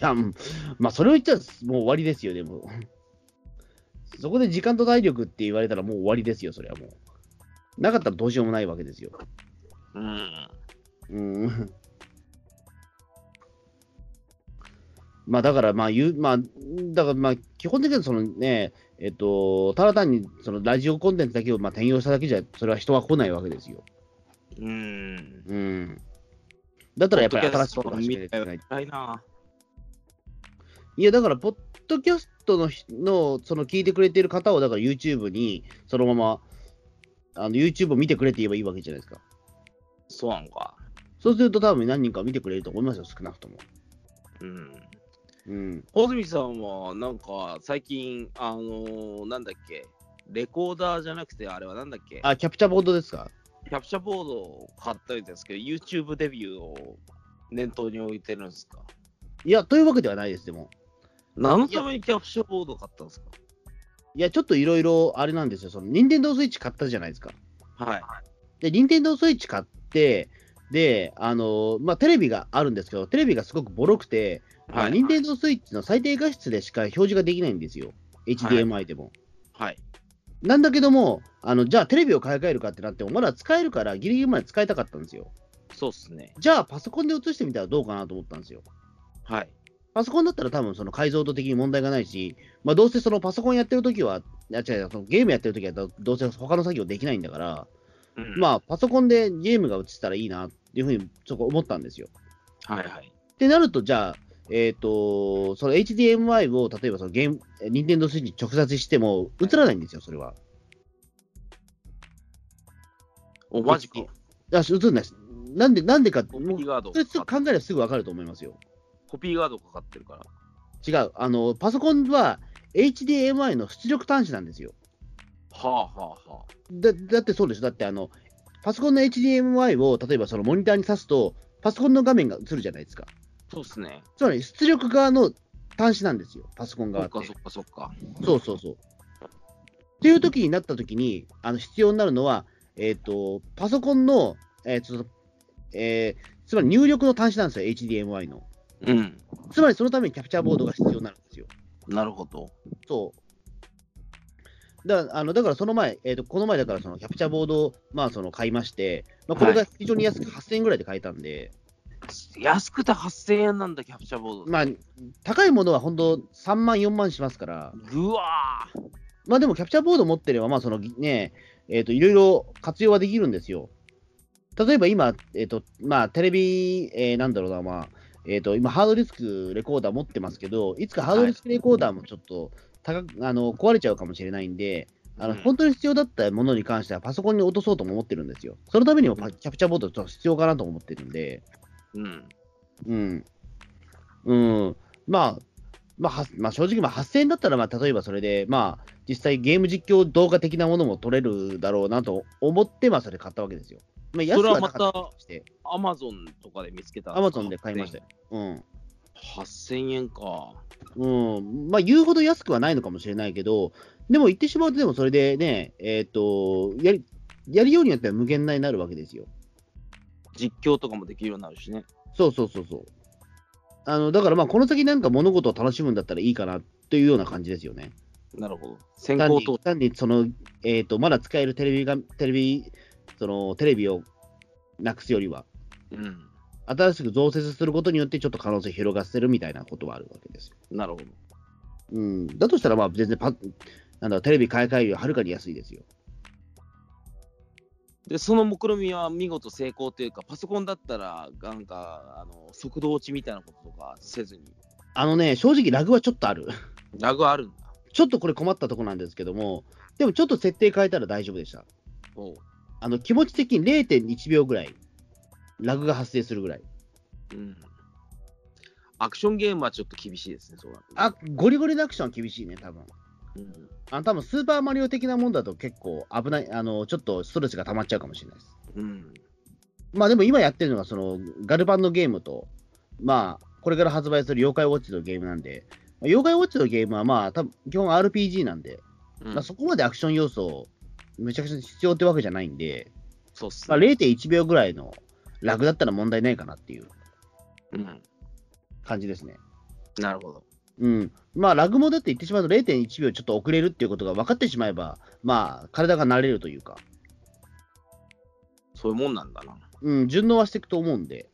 Speaker 2: や、うんまあ、それを言ったらもう終わりですよ、でも。そこで時間と体力って言われたらもう終わりですよ、それはもう。なかったらどうしようもないわけですよ。
Speaker 3: うん。
Speaker 2: うん。まあだから、まあ言う、まあ、だからまあ基本的にはそのね、えっと、ただ単にそのラジオコンテンツだけをまあ転用しただけじゃ、それは人は来ないわけですよ。
Speaker 3: うん。
Speaker 2: うん。だったらやっぱり新しいことを始めていかないと
Speaker 3: ないな。
Speaker 2: いや、だから、ポッドキャストのひの、その聞いてくれてる方を、だから YouTube に、そのまま、あの YouTube を見てくれて言えばいいわけじゃないですか。
Speaker 3: そうなのか。
Speaker 2: そうすると、多分何人か見てくれると思いますよ、少なくとも。
Speaker 3: うん。
Speaker 2: うん。
Speaker 3: 穂積さんは、なんか、最近、あのーなんだっけ、レコーダーじゃなくて、あれはなんだっけ、
Speaker 2: あ、キャプチャーボードですか
Speaker 3: キャプチャーボードを買ったみたいですけど、YouTube デビューを念頭に置いてるんですか
Speaker 2: いや、というわけではないです、でも。
Speaker 3: 何のためにキャプチャーボードを買ったんですか
Speaker 2: いや、ちょっといろいろ、あれなんですよ、その、任天堂スイッチ買ったじゃないですか。
Speaker 3: はい。
Speaker 2: で、任天堂スイッチ買って、で、あのまあ、テレビがあるんですけど、テレビがすごくボロくて、ま
Speaker 3: は
Speaker 2: あ、
Speaker 3: い
Speaker 2: 任天堂スイッチの最低画質でしか表示ができないんですよ。HDMI でも。
Speaker 3: はい。
Speaker 2: なんだけども、あのじゃあテレビを買い替えるかってなっても、まだ使えるから、ギリギリまで使いたかったんですよ。
Speaker 3: そうっすね。
Speaker 2: じゃあ、パソコンで映してみたらどうかなと思ったんですよ。
Speaker 3: はい。
Speaker 2: パソコンだったら多分その解像度的に問題がないし、まあ、どうせそのパソコンやってるときは、あ違う違うそのゲームやってるときはどどうせ他の作業できないんだから、
Speaker 3: うん
Speaker 2: まあ、パソコンでゲームが映せたらいいなっていうふうにそこ思ったんですよ。
Speaker 3: はいはい。
Speaker 2: ってなると、じゃあ、えっ、と、その HDMI を例えばそのゲーム、任天堂スイッチに直接しても映らないんですよ、それは。
Speaker 3: お、マジか。
Speaker 2: いや映んないですなんで、なんでかって、
Speaker 3: コ
Speaker 2: もう
Speaker 3: ピーガード
Speaker 2: それすぐ
Speaker 3: か
Speaker 2: 考えればすぐ分かると思いますよ。
Speaker 3: コピーガードかかってるから。
Speaker 2: 違う、あのパソコンは HDMI の出力端子なんですよ。
Speaker 3: はあはあは
Speaker 2: だだってそうでしょ、だってあのパソコンの HDMI を例えばそのモニターに挿すと、パソコンの画面が映るじゃないですか。
Speaker 3: あ。そうっすね。
Speaker 2: つまり出力側の端子なんですよ、パソコン
Speaker 3: そ
Speaker 2: 側
Speaker 3: っ
Speaker 2: って
Speaker 3: か。そっかそっか。
Speaker 2: そうそうそう。っていう時になった時に、あの必要になるのは、えっ、と、パソコンの、えーとえーつまり入力の端子なんですよ、HDMI の。
Speaker 3: うん。
Speaker 2: つまりそのためにキャプチャーボードが必要になるんですよ。
Speaker 3: なるほど。
Speaker 2: そう。だから、あのだからその前、えーと、この前だからそのキャプチャーボードを、まあ、その買いまして、まあ、これが非常に安く8000円ぐらいで買えたんで、
Speaker 3: 安くて8000円なんだ、キャプチャーボードって。
Speaker 2: まあ、高いものは本当3万、4万しますから、
Speaker 3: ぐわー
Speaker 2: まあでもキャプチャーボード持ってれば、まあそのね、えーと、いろいろ活用はできるんですよ。例えば今、えーと、まあテレビ、えーなんだろうな、まあ、えーと、今ハードディスクレコーダー持ってますけど、いつかハードディスクレコーダーもちょっと高く、あの壊れちゃうかもしれないんで、あの
Speaker 3: うん
Speaker 2: 本当に必要だったものに関してはパソコンに落とそうとも思ってるんですよ。そのためにもパキャプチャーボードちょっと必要かなと思ってるんで、
Speaker 3: うん。
Speaker 2: うん。うん。まあ、まあ、はまあ、正直、まあ8000円だったら、まあ、例えばそれで、まあ、実際ゲーム実況動画的なものも撮れるだろうなと思って、まあ、それ買ったわけですよ。まあ、安
Speaker 3: そ
Speaker 2: く
Speaker 3: れは
Speaker 2: は
Speaker 3: ま
Speaker 2: なかったたとして、
Speaker 3: アマゾンとかで見つけた。
Speaker 2: アマゾンで買いましたよ。うん。
Speaker 4: 8000円か。
Speaker 2: うん、まあ言うほど安くはないのかもしれないけど、でも言ってしまうと、でもそれでね、えっ、とやり、やるようになったら無限大になるわけですよ。
Speaker 4: 実況とかもできるようになるしね。
Speaker 2: そうそうそうそう。あのだからまあ、この先なんか物事を楽しむんだったらいいかなというような感じですよね。
Speaker 4: なるほど。先
Speaker 2: 単
Speaker 4: 行
Speaker 2: に
Speaker 4: 投資。
Speaker 2: 単にその、えー、とまだ使えるテレビがテレビそのテレビをなくすよりは、
Speaker 4: うん。
Speaker 2: 新しく増設することによって、ちょっと可能性広がせるみたいなことはあるわけですよ。
Speaker 4: なるほど。
Speaker 2: うん、だとしたら、まあ全然パなんだテレビ買い替えよりはるかに安いですよ。
Speaker 4: で、その目論見みは見事成功というか、パソコンだったら、なんか、あの速度落ちみたいなこととかせずに、
Speaker 2: あのね、正直、ラグはちょっとある。
Speaker 4: ラグあるんだ。
Speaker 2: ちょっとこれ困ったとこなんですけども、でもちょっと設定変えたら大丈夫でした。
Speaker 4: おう
Speaker 2: あの気持ち的に0.1秒ぐらい、ラグが発生するぐらい。
Speaker 4: うん。アクションゲームはちょっと厳しいですね、そうなると
Speaker 2: あ、ゴリゴリのアクションは厳しいね、多分
Speaker 4: うん
Speaker 2: あの多分スーパーマリオ的なもんだと結構危ない、あのちょっとストレスが溜まっちゃうかもしれないです。
Speaker 4: うん。
Speaker 2: まあでも今やってるのが、そのガルパンのゲームと、まあ、これから発売する妖怪ウォッチのゲームなんで、まあ妖怪ウォッチのゲームはまあ、多分基本 RPG なんで、
Speaker 4: うん
Speaker 2: まあ、そこまでアクション要素、めちゃくちゃ必要ってわけじゃないんで、
Speaker 4: そうっす
Speaker 2: まあ、
Speaker 4: ね。
Speaker 2: 0.1秒ぐらいのラグだったら問題ないかなっていう
Speaker 4: うん。
Speaker 2: 感じですね。
Speaker 4: なるほど。
Speaker 2: うん。まあ、ラグもだって言ってしまうと0.1秒ちょっと遅れるっていうことが分かってしまえば、まあ、体が慣れるというか、
Speaker 4: そういうもんなんだな。
Speaker 2: うん、順応はしていくと思うんで。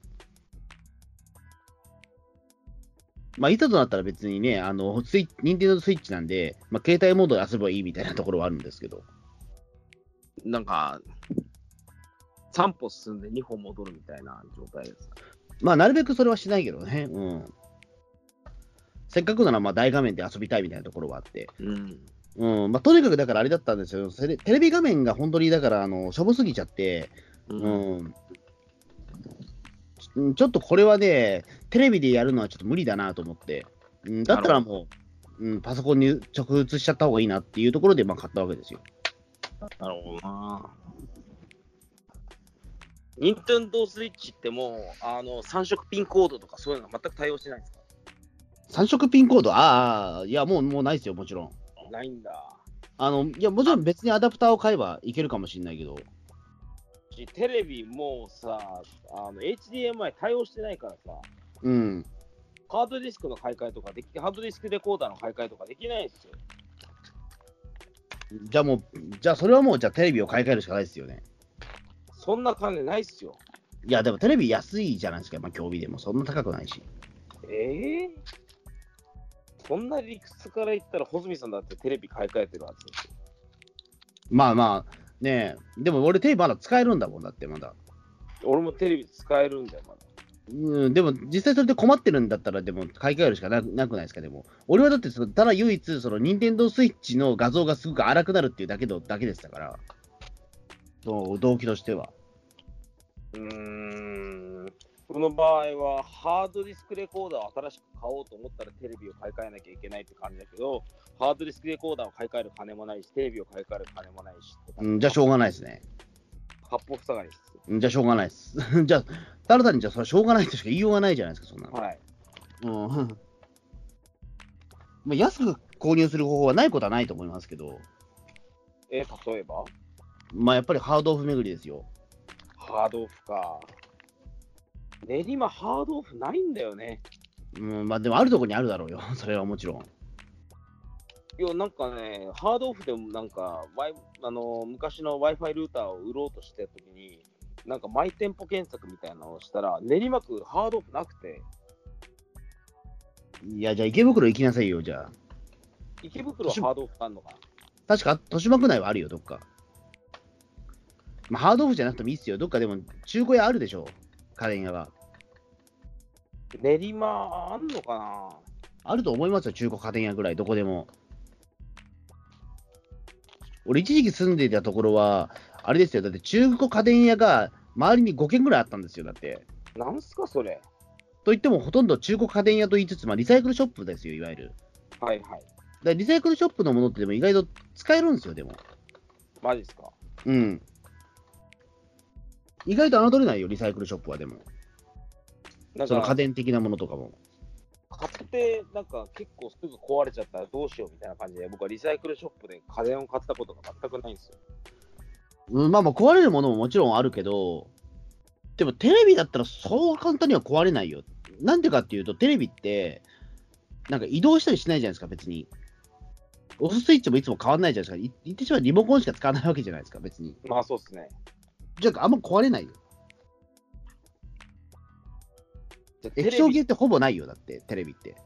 Speaker 2: まあ、いざとなったら別にね、あの、スイッチ、任天堂スイッチなんで、まあ、携帯モードで遊べばいいみたいなところはあるんですけど。
Speaker 4: なんか、3歩進んで2歩戻るみたいな状態です。
Speaker 2: まあ、なるべくそれはしないけどね。うん。せっかくなら、まあ、大画面で遊びたいみたいなところはあって。
Speaker 4: うん。
Speaker 2: うん。まあ、とにかくだからあれだったんですよ。テレテレビ画面が本当に、だから、あの、しょぼすぎちゃって、
Speaker 4: うん。
Speaker 2: うん。ちちょっとこれはね、テレビでやるのはちょっと無理だなと思って。うん、だったらもう、うん、パソコンに直移しちゃった方がいいなっていうところで、まあ、買ったわけですよ。
Speaker 4: なるほどな。
Speaker 3: 任天堂スイッチってもう、あの、3色ピンコードとかそういうのが全く対応してないんですか
Speaker 2: 三色ピンコード、ああ、いや、もう、もうないですよ、もちろん。
Speaker 3: ないんだ。
Speaker 2: あの、いや、もちろん別にアダプターを買えばいけるかもしれないけど。
Speaker 3: しテレビもうさ、あの HDMI 対応してないからさ、
Speaker 2: うん。
Speaker 3: ハードディスクの買い替えとかでき、ハードディスクレコーダーの買い替えとかできないんですよ。
Speaker 2: じゃあもう、じゃあそれはもう、じゃあテレビを買い替えるしかないですよね。
Speaker 3: そんな金ないっすよ。
Speaker 2: いや、でもテレビ安いじゃないですか、まあ、競技でも。そんな高くないし。
Speaker 3: ええそんな理屈から言ったら、穂積さんだってテレビ買い替えてるはずですよ。
Speaker 2: まあまあ、ねえ、でも俺テレビまだ使えるんだもんだって、まだ。
Speaker 3: 俺もテレビ使えるんだよ、まだ。
Speaker 2: うん、でも実際それで困ってるんだったら、でも買い替えるしかななくないですか、でも。俺はだってその、ただ唯一、その、任天堂スイッチの画像がすごく荒くなるっていうだけのだけでしたから、そう動機としては。
Speaker 3: うーん。この場合は、ハードディスクレコーダーを新しく買おうと思ったらテレビを買い替えなきゃいけないって感じだけど、ハードディスクレコーダーを買い替える金もないし、テレビを買い替える金もないしって感
Speaker 2: うん、じゃあしょうがないですね。
Speaker 3: 八方塞がりですよ。
Speaker 2: うんじゃあしょうがないです。 じゃあ、ただ単にじゃあそれはしょうがないとしか言いようがないじゃないですか、そんなの。
Speaker 3: はい。
Speaker 2: うん。まあ、安く購入する方法はないことはないと思いますけど、
Speaker 3: えー、例えば
Speaker 2: まあやっぱりハードオフ巡りですよ。
Speaker 3: ハードオフか。練馬ハードオフないんだよね。
Speaker 2: うん、まあでもあるとこにあるだろうよ、それはもちろん。
Speaker 3: いや、なんかね、ハードオフでもなんか、ワイあの昔の Wi-Fi ルーターを売ろうとしてた時に、なんかマイ店舗検索みたいなのをしたら、練馬区ハードオフなくて、
Speaker 2: いや、じゃあ池袋行きなさいよ、じゃあ。
Speaker 3: 池袋はハードオフあんのかな
Speaker 2: 確か、豊島区内はあるよ、どっか。まあ、ハードオフじゃなくてもいいっすよ。どっかでも、中古屋あるでしょ家電屋が。
Speaker 3: 練馬あんのかな
Speaker 2: あると思いますよ、中古家電屋ぐらい、どこでも。俺、一時期住んでいたところは、あれですよ、だって中古家電屋が周りに5軒ぐらいあったんですよ、だって。
Speaker 3: なんすかそれ。
Speaker 2: といっても、ほとんど中古家電屋と言いつつ、まあ、リサイクルショップですよ、いわゆる。
Speaker 3: はいは
Speaker 2: だ
Speaker 3: い。
Speaker 2: からリサイクルショップのものって、でも意外と使えるんですよ、でも。
Speaker 3: マジっすか
Speaker 2: うん。意外と侮れないよ、リサイクルショップはでも。
Speaker 3: なん
Speaker 2: その家
Speaker 3: か、
Speaker 2: 電的なものとかも。
Speaker 3: って、なんか結構すぐ壊れちゃったらどうしようみたいな感じで、僕はリサイクルショップで家電を買ったことが全くないんですよ。
Speaker 2: うん、まあまあ壊れるものももちろんあるけど、でもテレビだったらそう簡単には壊れないよ。なんでかっていうと、テレビって、なんか移動したりしないじゃないですか、別に。押すスイッチもいつも変わんないじゃないですか。い言ってしまえばリモコンしか使わないわけじゃないですか、別に。
Speaker 3: まあそうですね。
Speaker 2: じゃあ、あんま壊れないよ。
Speaker 3: じゃあテレ
Speaker 2: 液晶
Speaker 3: ビ
Speaker 2: 系ってほぼないよ、だって、テレビって。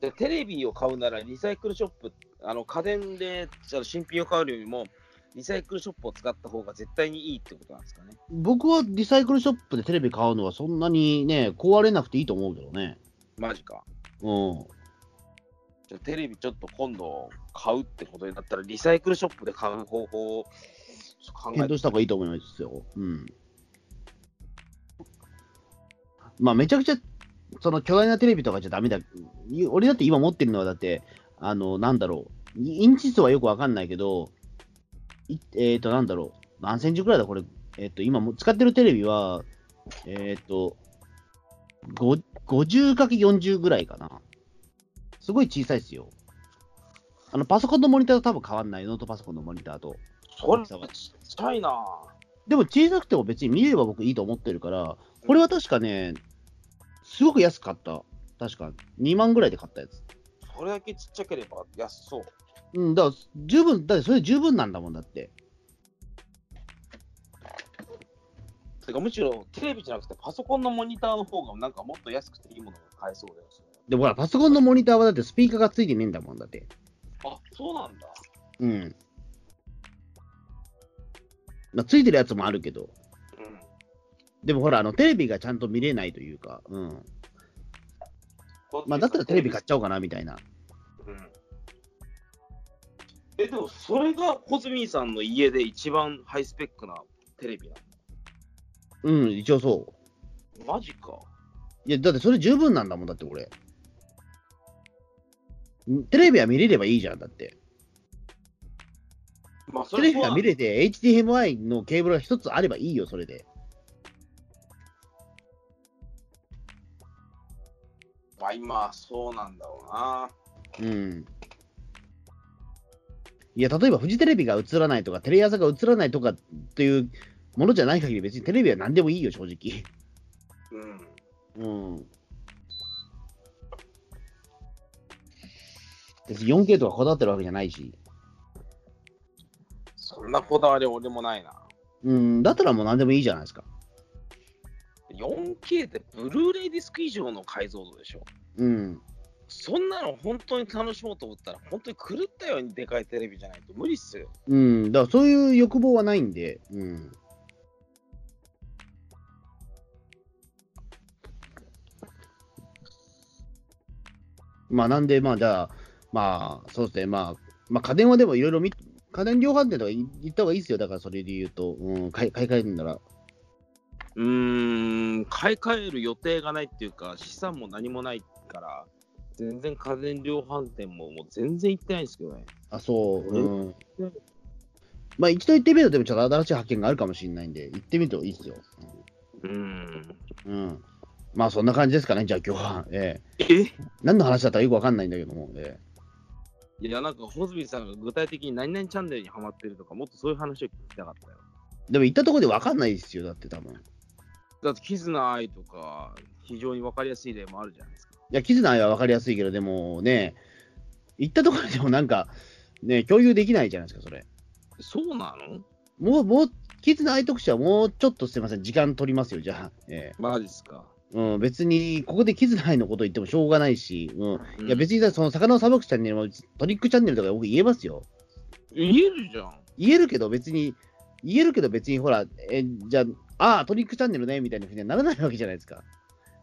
Speaker 3: じゃあテレビを買うならリサイクルショップ、あの家電でじゃあ新品を買うよりも、リサイクルショップを使った方が絶対にいいってことなんですかね。
Speaker 2: 僕はリサイクルショップでテレビ買うのはそんなにね、壊れなくていいと思うけどね。
Speaker 3: マジか。
Speaker 2: うん。
Speaker 3: じゃあテレビちょっと今度買うってことになったら、リサイクルショップで買う方法をちょっと考え
Speaker 2: 検
Speaker 3: て
Speaker 2: 討した方がいいと思いますよ。うん。まあ、めちゃくちゃ、その巨大なテレビとかじゃダメだ。い俺だって今持ってるのは、だって、あの、なんだろう。イインチ数はよくわかんないけど、いえっ、と、なんだろう。何センチくらいだ、これ。えっ、と、今も使ってるテレビは、えっ、と、ご 50×40 ぐらいかな。すごい小さいですよ。あの、パソコンのモニターと多分変わんない。ノートパソコンのモニターと。
Speaker 3: それちっちゃいな
Speaker 2: でも小さくても別に見れば僕いいと思ってるから、これは確かね、すごく安かった。確か2万ぐらいで買ったやつ。
Speaker 3: それだけちっちゃければ安そう。
Speaker 2: うん、だから十分、だってそれ十分なんだもんだって。
Speaker 3: てかむしろテレビじゃなくてパソコンのモニターの方がなんかもっと安くていいものが買えそうだよ。それ
Speaker 2: でもほら、パソコンのモニターはだってスピーカーがついてねえんだもんだって。
Speaker 3: あ、そうなんだ。
Speaker 2: うん。まあ、ついてるやつもあるけど、
Speaker 3: うん。
Speaker 2: でもほら、あのテレビがちゃんと見れないというか、うん。
Speaker 3: こ
Speaker 2: まあ、だったらテレビ買っちゃおうかなみたいな。
Speaker 3: うん。え、でもそれがホズミンさんの家で一番ハイスペックなテレビな
Speaker 2: うん、一応そ
Speaker 3: のマジか。
Speaker 2: う。いや、だってそれ十分なんだもんだって俺。んテレビは見れればいいじゃんだって。
Speaker 3: まあそ
Speaker 2: テ
Speaker 3: れ
Speaker 2: レ
Speaker 3: と
Speaker 2: ビ
Speaker 3: は
Speaker 2: が見れて HDMI のケーブルが一つあればいいよ、それで。
Speaker 3: まあ今そうなんだろうな。
Speaker 2: うん。いや、例えばフジテレビが映らないとか、テレ朝が映らないとかっていうものじゃない限り、別にテレビは何でもいいよ、正直。
Speaker 3: う
Speaker 2: う
Speaker 3: ん。
Speaker 2: ん。別に 4K とかこだわってるわけじゃないし。
Speaker 3: そんなこだわり俺もないな。
Speaker 2: うん、だったらもう何でもいいじゃないですか。
Speaker 3: 4K ってブルーレイディスク以上の解像度でしょ。
Speaker 2: うん。
Speaker 3: そんなの本当に楽しもうと思ったら、本当に狂ったようにでかいテレビじゃないと無理っすよ。
Speaker 2: うん、だからそういう欲望はないんで、うん。まあ、なんで、まあ、じゃあ、まあ、そうですね、まあ、まあ、家電はでもいろいろ見、家電量販店とかい行った方がいいですよ、だからそれで言うと、うん、買い買い替えるんなら。
Speaker 3: うーん、買い替える予定がないっていうか、資産も何もないから、全然家電量販店ももう全然行ってないんですけどね。
Speaker 2: あ、そう、うん
Speaker 3: うん。
Speaker 2: まあ、一度行ってみると、でもちょっと新しい発見があるかもしれないんで、行ってみるといいですよ。
Speaker 3: うーん。
Speaker 2: うん。うんまあ、そんな感じですかね、じゃあ今日は。ええ
Speaker 3: え
Speaker 2: 何の話だったかよくわかんないんだけども。ええ
Speaker 3: いや、なんか、ホズビーさんが具体的に何々チャンネルにハマってるとか、もっとそういう話を聞きたかったよ。
Speaker 2: でも行ったところで分かんないですよ、だって多分。い
Speaker 3: だって、キズナアイとか、非常に分かりやすい例もあるじゃないですか。
Speaker 2: や、キズナは分かりやすいけど、でもね、行ったところでもなんか、ね、共有できないじゃないですか、それ。
Speaker 3: そうなの
Speaker 2: もう、もう、キズナ愛特集はもうちょっとすいません、時間取りますよ、じゃあ。え
Speaker 3: マジっすか。
Speaker 2: えうん、別に、ここでキズナ愛のこと言ってもしょうがないし、う。
Speaker 3: うんん
Speaker 2: いや、別に、その、魚をさばくチャンネルも、トリックチャンネルとか僕言えますよ。
Speaker 3: 言えるじゃん。
Speaker 2: 言えるけど、別に、言えるけど、別に、ほら、え、じゃあ、ああ、トリックチャンネルね、みたいなふうにはならないわけじゃないですか。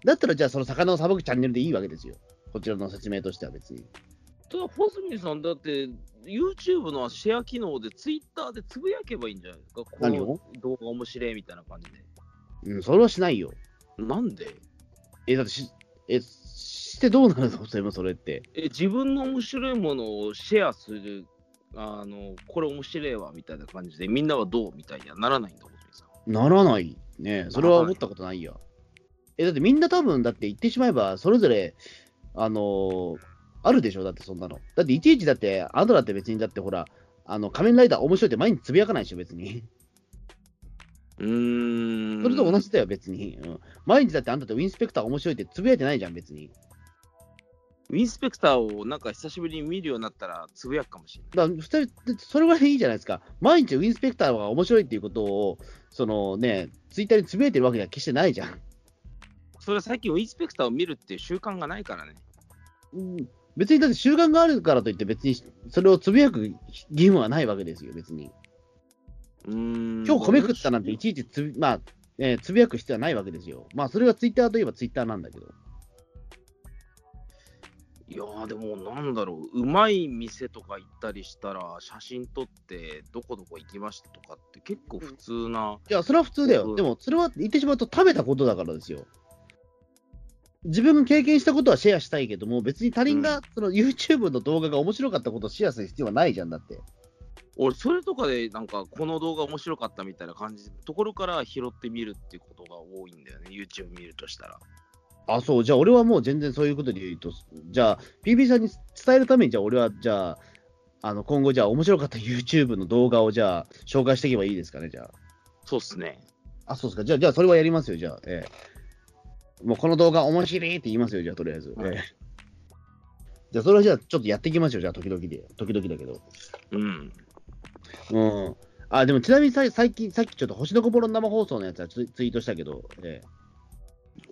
Speaker 2: だったら、じゃあ、その、魚をさばくチャンネルでいいわけですよ。こちらの説明としては別に。
Speaker 3: ただ、ホズミさん、だって、YouTube のシェア機能で、Twitter でつぶやけばいいんじゃないですか、こ
Speaker 2: 何を
Speaker 3: の動画面白いみたいな感じで。
Speaker 2: うん、それはしないよ。
Speaker 3: なんで
Speaker 2: え、だってし、え、してどうなるのそれもそれって。
Speaker 3: え自分の面白いものをシェアする、あの、これ面白いわみたいな感じで、みんなはどうみたいにはならないんだ、ホズミさん。
Speaker 2: ならない。ねそれは思ったことないや。え、だってみんな多分、だって言ってしまえば、それぞれ、あのーあるでしょ、だってそんなの。だっていちいちだって、あなただって別にだってほら、あの仮面ライダー面白いって毎日つぶやかないでしょ、別に。
Speaker 3: うーん。
Speaker 2: それと同じだよ、別に。うん、毎日だってあんたってウィンスペクター面白いってつぶやいてないじゃん、別に。
Speaker 3: ウィンスペクターをなんか久しぶりに見るようになったらつぶやくかもしれない。
Speaker 2: だから、二人、それぐらいいいじゃないですか。毎日ウィンスペクターが面白いっていうことを、そのね、ツイッターにつぶやいてるわけじゃ決してないじゃん。
Speaker 3: それは最近ウィンスペクターを見るっていう習慣がないからね。
Speaker 2: うん別にだって習慣があるからといって、別にそれをつぶやく義務はないわけですよ、別に。
Speaker 3: うーん。
Speaker 2: 今日米食ったなんていちいちつぶ,、まあえーつぶやく必要はないわけですよ。まあ、それがツイッターといえばツイッターなんだけど。
Speaker 3: いやーでもなんだろう、うまい店とか行ったりしたら、写真撮って、どこどこ行きましたとかって、結構普通な、
Speaker 2: いや、それは普通だよ。
Speaker 3: うん
Speaker 2: でも、それは言ってしまうと食べたことだからですよ。自分が経験したことはシェアしたいけども、別に他人がその YouTube の動画が面白かったことをシェアする必要はないじゃんだって。
Speaker 3: 俺、それとかで、なんか、この動画面白かったみたいな感じのところから拾ってみるっていうことが多いんだよね、YouTube 見るとしたら。
Speaker 2: あ、そう、じゃあ俺はもう全然そういうことで言うと、じゃあ、PB さんに伝えるために、じゃあ俺は、じゃあ、あの今後、じゃあ面白かった YouTube の動画を、じゃあ、紹介していけばいいですかね、じゃあ。
Speaker 3: そうっすね。
Speaker 2: あ、そうですか。じゃあ、じゃあそれはやりますよ、じゃあ。ええ、もうこの動画面白いって言いますよ、じゃあ、とりあえず。
Speaker 3: はい
Speaker 2: ええじゃあ、それはじゃあ、ちょっとやっていきましょう、じゃあ、時々で。時々だけど。
Speaker 3: うん。
Speaker 2: うん。あ、でも、ちなみにさ最近、さっきちょっと星のこぼろの生放送のやつはツイツイートしたけど、ええ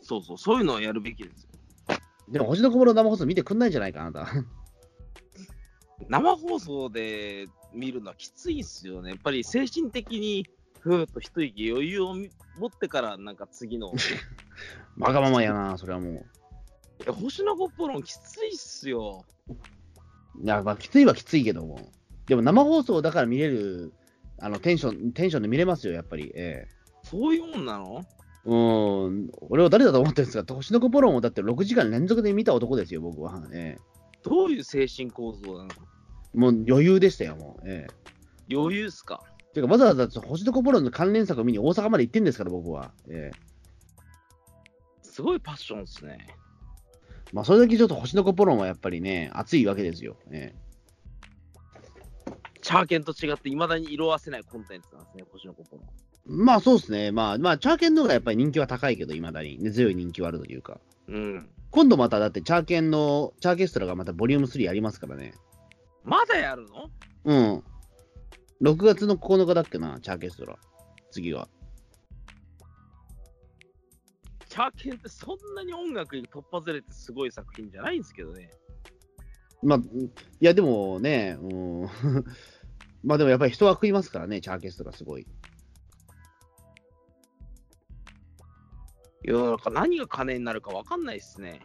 Speaker 3: そうそう、そういうのをやるべきですよ。
Speaker 2: でも、星のこぼろの生放送見てくんないんじゃないか、あな た。
Speaker 3: 生放送で見るのはきついっすよね。やっぱり精神的に、ふーっと一息余裕を持ってから、なんか次の。
Speaker 2: わがままやな、それはもう。
Speaker 3: いや星のゴッポロンきついっすよ。
Speaker 2: いや、まあ、きついはきついけども。でも、生放送だから見れる、あの、テンション、テンションで見れますよ、やっぱり。ええ
Speaker 3: そういうもんなの
Speaker 2: うーん、俺は誰だと思ってるんですか、星の子ポロンをだって6時間連続で見た男ですよ、僕は。え
Speaker 3: どういう精神構造なの
Speaker 2: え、もう余裕でしたよ、もう。ええ、
Speaker 3: 余裕っすか
Speaker 2: てか、わざわざ星の子ポロンの関連作を見に大阪まで行ってんですから、僕は。ええ、
Speaker 3: すごいパッションっすね。
Speaker 2: まあ、それだけちょっと星の子ポロンはやっぱりね、熱いわけですよ。え
Speaker 3: チャーケンと違って、いまだに色褪せないコンテンツなんですね、星のゴッポロン。
Speaker 2: え、まあ、そうですね、まあ、まあ、チャーケンの方がやっぱり人気は高いけど、いまだに、ね、強い人気はあるというか。
Speaker 3: うん。
Speaker 2: 今度また、だって、チャーケンの、チャーケストラがまたボリューム3やりますからね。
Speaker 3: まだやるの
Speaker 2: うん。6月の9日だっけな、チャーケストラ。次は。
Speaker 3: チャーケンってそんなに音楽に突破ずれてすごい作品じゃないんですけどね。
Speaker 2: まあ、いや、でもね、うん まあでもやっぱり人は食いますからね、チャーケスとかすごい。
Speaker 3: いや、なんか何が金になるかわかんないっすね。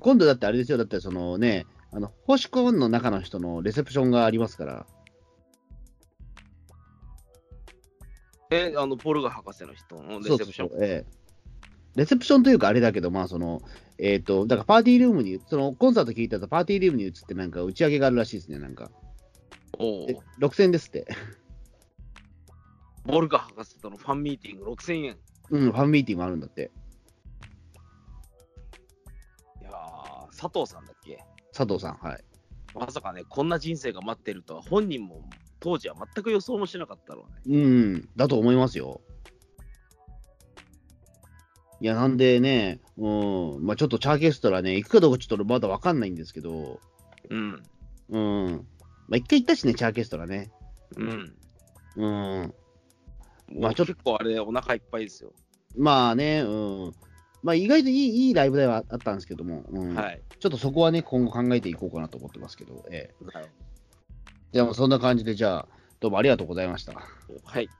Speaker 2: 今度だってあれですよ、だってそのね、あの星コンの中の人のレセプションがありますから、
Speaker 3: え、あの、ボルガ博士の人のレセプション。
Speaker 2: そうそうそうええレセプションというかあれだけど、まあその、えっ、と、だからパーティールームに、そのコンサート聞いたとパーティールームに移ってなんか打ち上げがあるらしいですね、なんか。
Speaker 3: おう
Speaker 2: え6000ですって。
Speaker 3: ボルガ博士とのファンミーティング6000円。
Speaker 2: うん、ファンミーティングあるんだって。
Speaker 3: いやー、佐藤さんだっけ
Speaker 2: 佐藤さん、はい。
Speaker 3: まさかね、こんな人生が待ってるとは本人も当時は全く予想もしなかったろうね。
Speaker 2: うん、だと思いますよ。いや、なんでね、うん、まあちょっとチャーケストラね、行くかどうかちょっとまだわかんないんですけど、
Speaker 3: うん。
Speaker 2: うん、まあ一回行ったしね、チャーケストラね。
Speaker 3: うん。
Speaker 2: うん、ま
Speaker 3: ま
Speaker 2: あ
Speaker 3: あ
Speaker 2: ちょっと
Speaker 3: 結構あれ、お腹いっぱいですよ。
Speaker 2: まあね、うん、まあ意外といいいいライブではあったんですけども、うん
Speaker 3: はい。
Speaker 2: ちょっとそこはね、今後考えていこうかなと思ってますけど、ええ。
Speaker 3: はい。
Speaker 2: でもそんな感じで、じゃあ、どうもありがとうございました。
Speaker 3: はい